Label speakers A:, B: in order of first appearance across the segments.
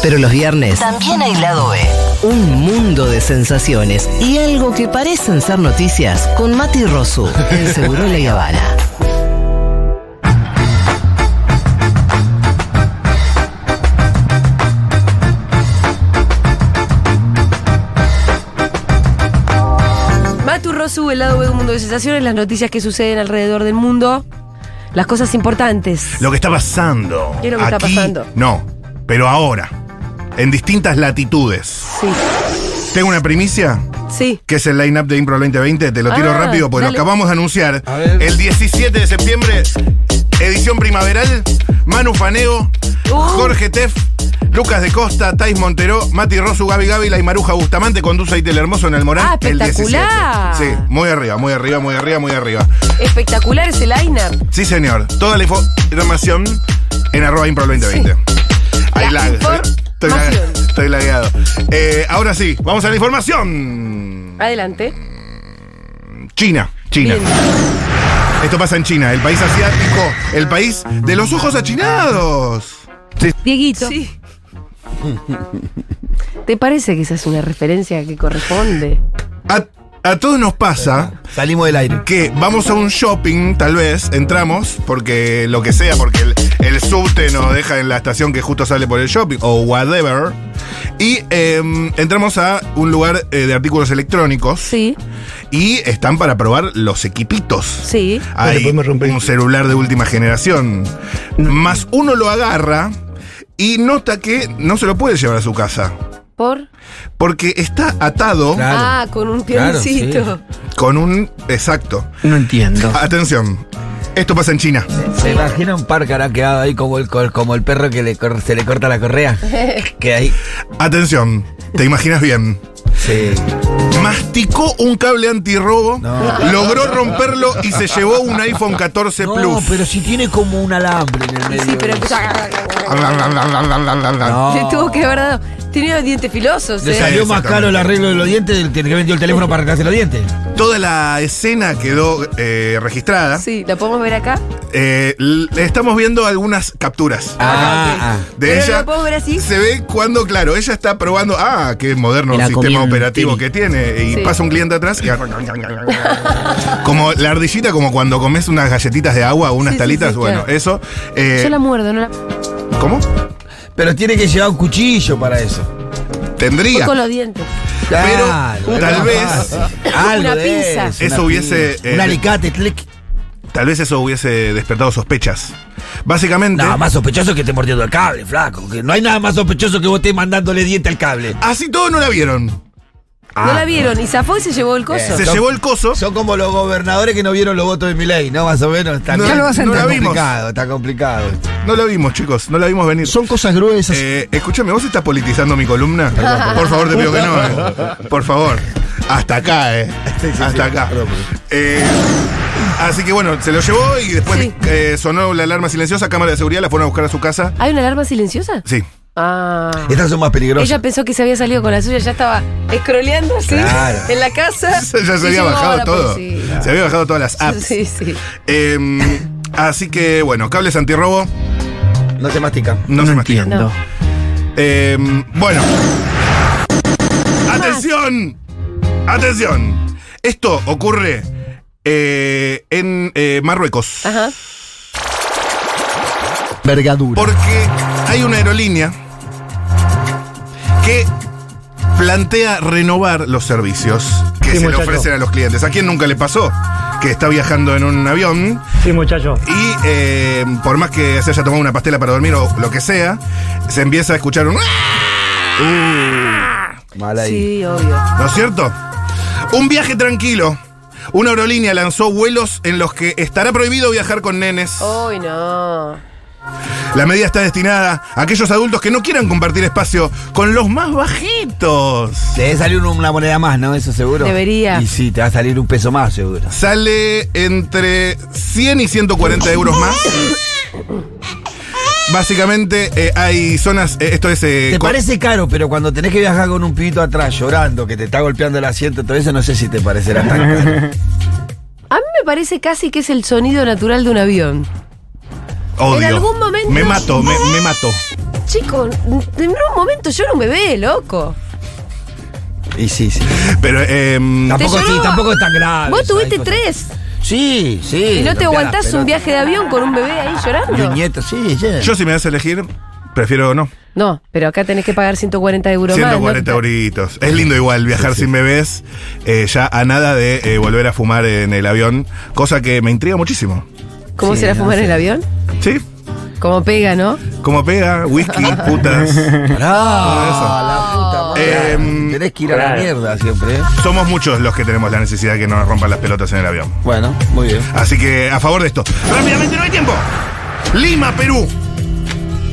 A: Pero los viernes
B: También hay lado B.
A: Un mundo de sensaciones y algo que parecen ser noticias con Mati Rosu en Seguro La Habana.
C: Matu Rosu, el lado B de un mundo de sensaciones, las noticias que suceden alrededor del mundo, las cosas importantes.
D: Lo que está pasando.
C: ¿Qué es lo que está
D: Aquí,
C: pasando?
D: No, pero ahora. En distintas latitudes.
C: Sí,
D: Tengo una primicia,
C: sí.
D: que es el line-up de Impro 2020. Te lo tiro
C: Ah,
D: rápido porque
C: dale.
D: lo acabamos de anunciar.
E: A ver.
D: El 17 de septiembre, edición primaveral, Manu Faneo,
C: Uh.
D: Jorge Teff. Lucas de Costa, Tais Montero, Mati Rosu, Gaby Gávila y Maruja Bustamante conduce ahí Telehermoso en el Morán.
C: Ah,
D: el 17.
C: espectacular.
D: Sí, muy arriba, muy arriba, muy arriba, muy arriba.
C: Espectacular ese liner.
D: Sí, señor. Toda la info- información en arroba impro 2020. Ahí
C: La
D: Estoy, la-
C: información.
D: estoy lagueado. Eh, ahora sí, vamos a la información.
C: Adelante.
D: China, China.
C: Bien.
D: Esto pasa en China, el país asiático, el país de los ojos achinados.
C: Dieguito. Sí. ¿Te parece que esa es una referencia que corresponde?
D: A, a todos nos pasa
E: Salimos del aire.
D: que vamos a un shopping, tal vez, entramos, porque lo que sea, porque el, el subte nos deja en la estación que justo sale por el shopping, o whatever. Y em, entramos a un lugar eh, de artículos electrónicos
C: Sí,
D: y están para probar los equipitos.
C: sí.
E: Bueno,
D: Hay
E: podemos romper.
D: un celular de última generación. Más uno lo agarra y nota que no se lo puede llevar a su casa.
C: ¿Por?
D: Porque está atado
E: Claro.
C: Ah, con un pioncito.
E: Claro,
D: con un... Exacto.
F: No entiendo.
D: Atención. Esto pasa en China.
F: Ah, ¿Se imagina un par caraqueado ahí como el, cor- como el perro que le cor- se le corta la correa? que ahí.
D: Atención, te imaginas bien.
F: Sí.
D: Masticó un cable antirrobo, logró romperlo y se llevó un iPhone 14
F: No,
D: Plus.
F: pero si tiene como un alambre en el medio. Ah.
C: Sí, pero empezó a-
F: No.
C: Le tuvo que haber dado. Tenía los dientes filosos,
F: Le
C: ¿eh?
F: salió más
D: Exactamente.
F: caro el arreglo de los dientes del que vendió el teléfono para arreglarse los dientes.
D: Toda la escena quedó eh, registrada.
C: Sí, ¿la podemos ver acá?
D: Eh, l- estamos viendo algunas capturas.
F: Ah, ah.
D: De
C: ¿Pero
D: ella
C: la puedo ver así?
D: se ve cuando, claro, ella está probando, ah, qué moderno
F: Me la comí
D: sistema
F: en un
D: operativo
F: tiri.
D: que tiene. Y
C: Sí.
D: pasa un cliente atrás y como la ardillita, como cuando comes unas galletitas de agua o unas
C: Sí, sí,
D: talitas,
C: sí,
D: bueno,
C: claro.
D: eso. eh,
C: Yo la muerdo, no la.
D: ¿Cómo?
F: Pero tiene que llevar un cuchillo para eso.
D: Tendría.
C: Con los dientes.
D: Pero,
F: es
D: tal
F: más
D: vez,
F: fácil. Algo
C: una
F: de
C: pinza.
F: eso,
D: Eso
F: una
D: hubiese,
F: pinza.
D: eh,
F: un alicate, clic.
D: Tal vez eso hubiese despertado sospechas. Básicamente,
F: Nada más sospechoso que esté mordiendo el cable, flaco. Que no hay nada más sospechoso que vos estés mandándole diente al cable.
D: así todos no la vieron.
C: no la vieron. Y zafó y se llevó el coso.
D: Se
F: Son-
D: llevó el coso.
F: Son como los gobernadores que no vieron los votos de Milei, ¿no? Más o menos. Está,
D: No,
F: bien.
D: no lo vas a
F: está
D: entender.
F: complicado, está complicado.
D: No la vimos, chicos. No la vimos venir.
E: Son cosas gruesas.
D: Eh, escúchame, ¿vos estás politizando mi columna? Por favor, te pido que no. eh. Por favor. Hasta acá, ¿eh? Hasta acá. Eh, así que bueno, se lo llevó y después
C: Sí.
D: eh, sonó la alarma silenciosa, cámara de seguridad, la fueron a buscar a su casa.
C: ¿Hay una alarma silenciosa?
D: Sí.
C: Ah.
F: Estas son más peligrosas.
C: Ella pensó que se había salido con la suya, ya estaba escroleando así
F: Claro.
C: en la casa.
D: ya se
C: y
D: había
C: llegó a
D: bajado
C: la
D: todo.
C: policía.
D: Se había bajado todas las apps.
C: Sí, sí.
D: Eh, así que bueno, cables antirrobo,
F: No se mastica.
D: no, se mastican.
C: No.
D: Eh, bueno. ¡Atención! ¡Atención! Esto ocurre eh, en eh, Marruecos.
C: Ajá.
E: Vergadura.
D: Porque hay una aerolínea que plantea renovar los servicios que
G: Sí,
D: se le
G: muchacho.
D: ofrecen a los clientes. ¿A quién nunca le pasó? Que está viajando en un avión
G: Sí, muchachos.
D: Y eh, por más que se haya tomado una pastela para dormir o lo que sea, se empieza a escuchar un... "¡Ah!",
F: Mal ahí.
C: Sí, obvio.
D: ¿No es cierto? Un viaje tranquilo. Una aerolínea lanzó vuelos en los que estará prohibido viajar con nenes.
C: Hoy no.
D: La medida está destinada a aquellos adultos que no quieran compartir espacio con los más bajitos.
F: Debe salir una moneda más, ¿no? Eso seguro.
C: Debería.
F: Y sí, te va a salir un peso más, seguro.
D: Sale entre 100 y 140 euros más. Básicamente eh, hay zonas, eh, esto es... eh,
F: Te
D: co-
F: parece caro, pero cuando tenés que viajar con un pibito atrás llorando, que te está golpeando el asiento, todo eso, no sé si te parecerá tan caro.
C: A mí me parece casi que es el sonido natural de un avión.
D: Odio.
C: En algún momento-
D: Me mato, me, me mato.
C: chico, en un momento yo era un bebé, loco.
F: Y sí, sí.
D: Pero, em,
F: Tampoco,
C: lloró?
F: sí, tampoco es tan grave.
C: Vos
F: o sea, Ah, hay
C: tuviste
F: cosas-
C: tres
F: Sí, sí.
C: y no te
F: rompía las
C: aguantás un
F: pelotas.
C: viaje de avión con un bebé ahí
F: Y un
C: llorando.
F: nieto, sí, sí.
D: yo si me das a elegir, prefiero no.
C: No, pero acá tenés que pagar 140 euros más.
D: 140
C: ¿no?
D: euritos. Es lindo igual viajar sin bebés, eh, ya a nada de eh, volver a fumar en el avión, cosa que me intriga muchísimo.
C: ¿Cómo
F: Sí,
C: será
F: no
C: fumar en
F: sé.
C: el avión?
D: ¿Sí?
C: Como pega, ¿no?
D: Como pega, whisky, putas.
F: Ah, la puta madre.
D: Em,
F: Tenés que ir a la mierda siempre. ¿eh?
D: Somos muchos los que tenemos la necesidad de que no nos rompan las pelotas en el avión.
F: Bueno, muy bien.
D: Así que a favor de esto. Rápidamente, no hay tiempo. Lima, Perú.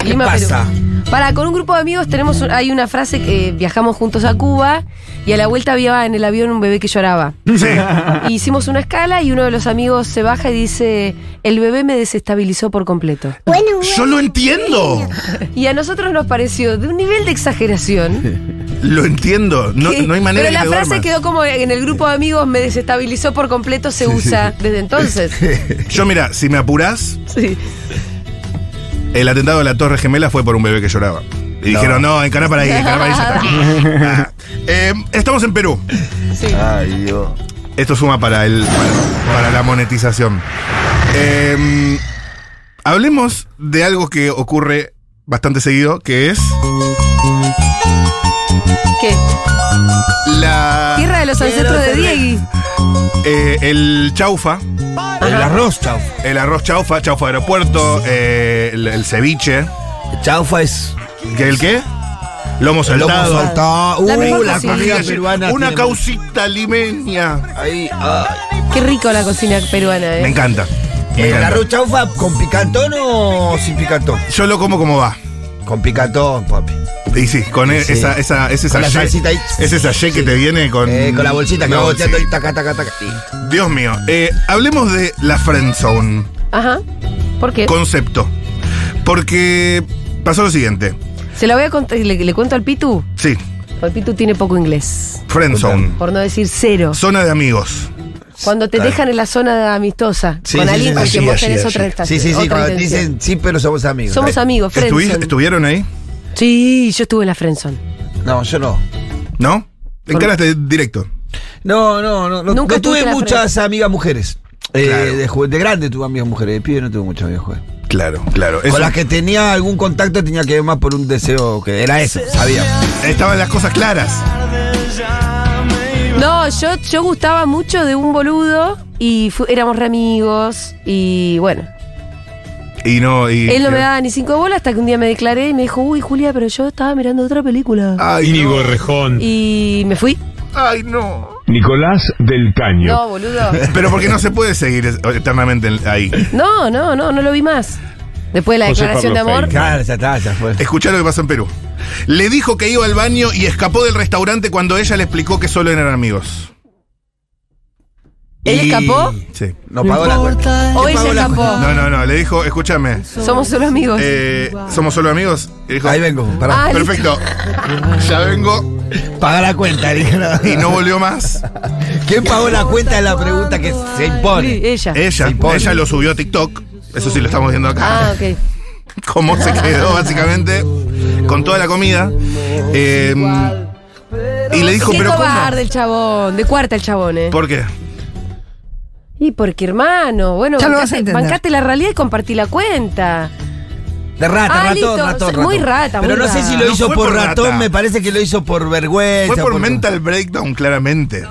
F: ¿Qué pasa?
C: Para, con un grupo de amigos tenemos, un- hay una frase que viajamos juntos a Cuba y a la vuelta había en el avión un bebé que lloraba.
D: Sí.
C: E hicimos una escala y uno de los amigos se baja y dice, el bebé me desestabilizó por completo.
D: Yo lo entiendo.
C: Y a nosotros nos pareció de un nivel de exageración.
D: Lo entiendo. No,
C: que-
D: no hay manera
C: Pero la
D: de que
C: frase
D: duermas.
C: quedó como en el grupo de amigos me desestabilizó por completo, se usa desde entonces.
D: Yo, mira, si me apurás,
C: Sí.
D: el atentado de la Torre Gemela fue por un bebé que lloraba. Y
F: No.
D: dijeron, no, encará para ahí, encará para ahí. ya está. Ah. Eh, estamos en Perú. Ah.
F: Ay, Dios.
D: Esto suma para el para, para la monetización. Eh, hablemos de algo que ocurre bastante seguido, que es
C: ¿Qué?
D: la
C: Tierra de los ancestros de Diegui.
D: eh, el chaufa,
F: El arroz, chaufa.
D: el arroz chaufa, chaufa aeropuerto, eh, el, el ceviche,
F: Chaufa es
D: ¿que el qué? Lomo saltado.
F: lomo saltado. Uh,
C: La mejor
F: la
C: cocina.
F: comida peruana.
D: Una
F: tiene-
D: causita limeña.
F: Ahí, ah.
C: Qué rico la cocina peruana,
D: Me
C: ¿eh?
D: encanta. me
F: ¿El
D: encanta.
F: arroz chaufa con picantón o sin picantón?
D: Yo lo como como va.
F: Con picantón, papi.
D: Y sí, con e-
F: Sí.
D: esa, esa, es esa
F: Con la salsita ahí.
D: Ese sachet que te viene con.
F: Eh, con la bolsita que
D: No,
F: va boteando
D: sí.
F: ahí, taca, taca, taca. Listo.
D: Dios mío, eh, hablemos de la friendzone,
C: Ajá. ¿Por qué?
D: concepto. Porque pasó lo siguiente.
C: Se la voy a contar, le, le cuento al Pitu.
D: Sí,
C: El Pitu tiene poco inglés,
D: friendzone,
C: por no decir cero.
D: zona de amigos.
C: Cuando te
F: Claro.
C: dejan en la zona estadosa
F: Sí,
C: con
F: sí,
C: alguien
F: sí,
C: con
F: sí,
C: quien vos
F: sí,
C: tenés
F: sí,
C: otra
F: sí.
C: estación.
F: Sí, sí, sí,
C: otra
F: cuando
C: intención.
F: dicen sí, pero somos amigos.
C: Somos amigos,
D: ¿Estuvi-
C: friendzone.
D: ¿Estuvieron ahí?
C: Sí, yo estuve en la friendzone.
F: No, yo no.
D: ¿No? Encaraste directo.
F: No, no, no. No,
C: Nunca
F: no
C: tuviste
F: tuve
C: la
F: muchas amigas mujeres. Eh,
D: Claro.
F: de, ju- de grande tuve amigas mujeres. De pibe no tuve muchas amigas mujeres.
D: Claro, claro. Eso-
F: Con las que tenía algún contacto tenía que ver más por un deseo que era eso, sabía.
D: Estaban las cosas claras.
C: No, yo, yo gustaba mucho de un boludo y fu- éramos re amigos y bueno.
D: Y no. Y,
C: Él no me daba ni cinco bolas hasta que un día me declaré y me dijo, uy Julia, pero yo estaba mirando otra
F: Ah.
C: película.
D: Ay,
B: Íñigo
D: no.
B: Rejón.
C: Y me fui.
D: Ay, no.
B: Nicolás del Caño.
C: No, boludo.
D: Pero porque no se puede seguir eternamente en- ahí.
C: No, no, no, no lo vi más. Después de la
B: José
C: declaración de
B: Pablo
C: amor.
B: Fein.
F: Claro, ya está, ya fue.
D: Escuchá lo que pasó en Perú. Le dijo que iba al baño y escapó del restaurante cuando ella le explicó que solo eran amigos.
C: ¿Él
F: Y-
C: escapó?
D: Sí.
F: No pagó la cuenta.
C: O
F: ¿Quién
C: ella
F: pagó la
C: escapó.
D: No, no, no. Le dijo, escúchame.
C: Somos solo amigos.
D: eh, ¿Somos solo amigos? Y dijo,
F: Ahí vengo, pará.
C: Ah,
D: perfecto. Ya vengo.
F: Paga la cuenta, dije. no.
D: Y no volvió más.
F: ¿Quién pagó la cuenta? Es la pregunta que se
D: Eh,
C: Sí,
F: impone.
C: ella.
D: Ella,
F: Se impone.
D: ella lo subió a TikTok. Eso sí lo estamos viendo acá.
C: Ah, ok.
D: Cómo se quedó básicamente con toda la comida. Eh, y le dijo,
C: Qué
D: pero ¿cómo?
C: cobarde el chabón, de cuarta el chabón, ¿eh?
D: ¿Por qué?
C: Y porque hermano, bueno,
E: Ya lo vas a
C: bancate,
E: entender.
C: bancate la realidad y compartí la cuenta.
F: De rata,
C: Ah,
F: ratón,
C: listo,
F: ratón,
C: o sea,
F: ratón.
C: muy rata,
F: Pero
C: muy
F: no sé
C: rata.
F: si lo
D: No
F: hizo
D: fue
F: por,
D: por
F: ratón,
D: rata.
F: me parece que lo hizo por vergüenza.
D: Fue por mental breakdown, claramente.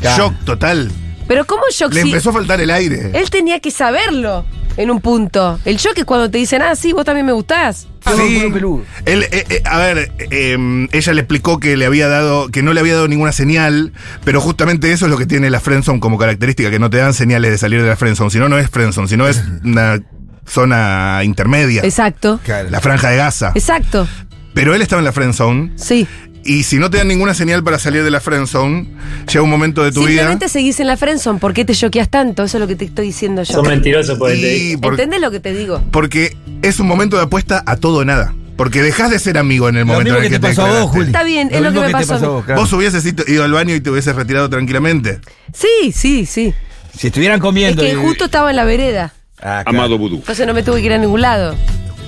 F: Claro.
D: Shock total.
C: Pero ¿cómo yo
D: Le empezó a faltar el aire.
C: Él tenía que saberlo en un punto. El shock es cuando te dicen, ah, sí, vos también me gustás.
D: Sí.
F: Puro peludo.
D: Él, eh, eh, a ver, eh, ella le explicó que le había dado, que no le había dado ninguna señal, pero justamente eso es lo que tiene la friendzone como característica, que no te dan señales de salir de la friendzone, si no no es friendzone, si no es una zona intermedia,
C: Exacto.
F: Claro.
D: la franja de Gaza.
C: Exacto.
D: Pero él estaba en la friendzone
C: Sí.
D: y si no te dan ninguna señal para salir de la friendzone, llega un momento de tu vida
C: Simplemente seguís en la friendzone. ¿Por qué te choqueas tanto? Eso es lo que te estoy diciendo yo.
G: Son mentirosos por el
D: y
F: Pues,
D: por-
C: ¿Entendés lo que te digo?
D: porque es un momento de apuesta a todo o nada, porque dejas de ser amigo en el
F: Lo
D: momento
F: mismo
D: en el
F: que te pasó a vos,
D: declaraste.
F: Juli.
C: Está bien, es lo
F: mismo
C: que me pasó a
F: te
C: mí.
F: pasó a vos, claro.
D: Vos hubieses ido al baño y te hubieses retirado tranquilamente.
C: Sí, sí, sí.
F: Si estuvieran
C: Es
F: comiendo.
C: que
F: y-
C: justo estaba en la vereda.
F: Ah, claro.
B: Amado Vudú.
C: Entonces no me tuve que ir a ningún lado.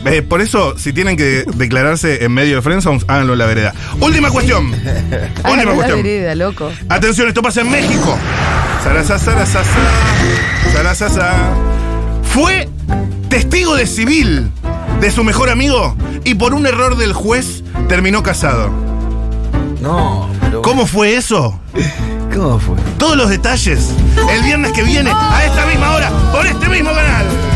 D: Eh, por eso, si tienen que declararse en medio de Friendzones, háganlo en la vereda. Última cuestión.
C: Ay,
D: Última
C: Ah, la
D: cuestión.
C: vereda, loco.
D: Atención, esto pasa en México. Sarasá, sarasá, sarasá. Fue testigo de civil de su mejor amigo y por un error del juez terminó casado.
F: No, pero.
D: ¿Cómo fue eso?
F: ¿Cómo fue?
D: Todos los detalles el viernes que viene a esta misma hora por este mismo canal.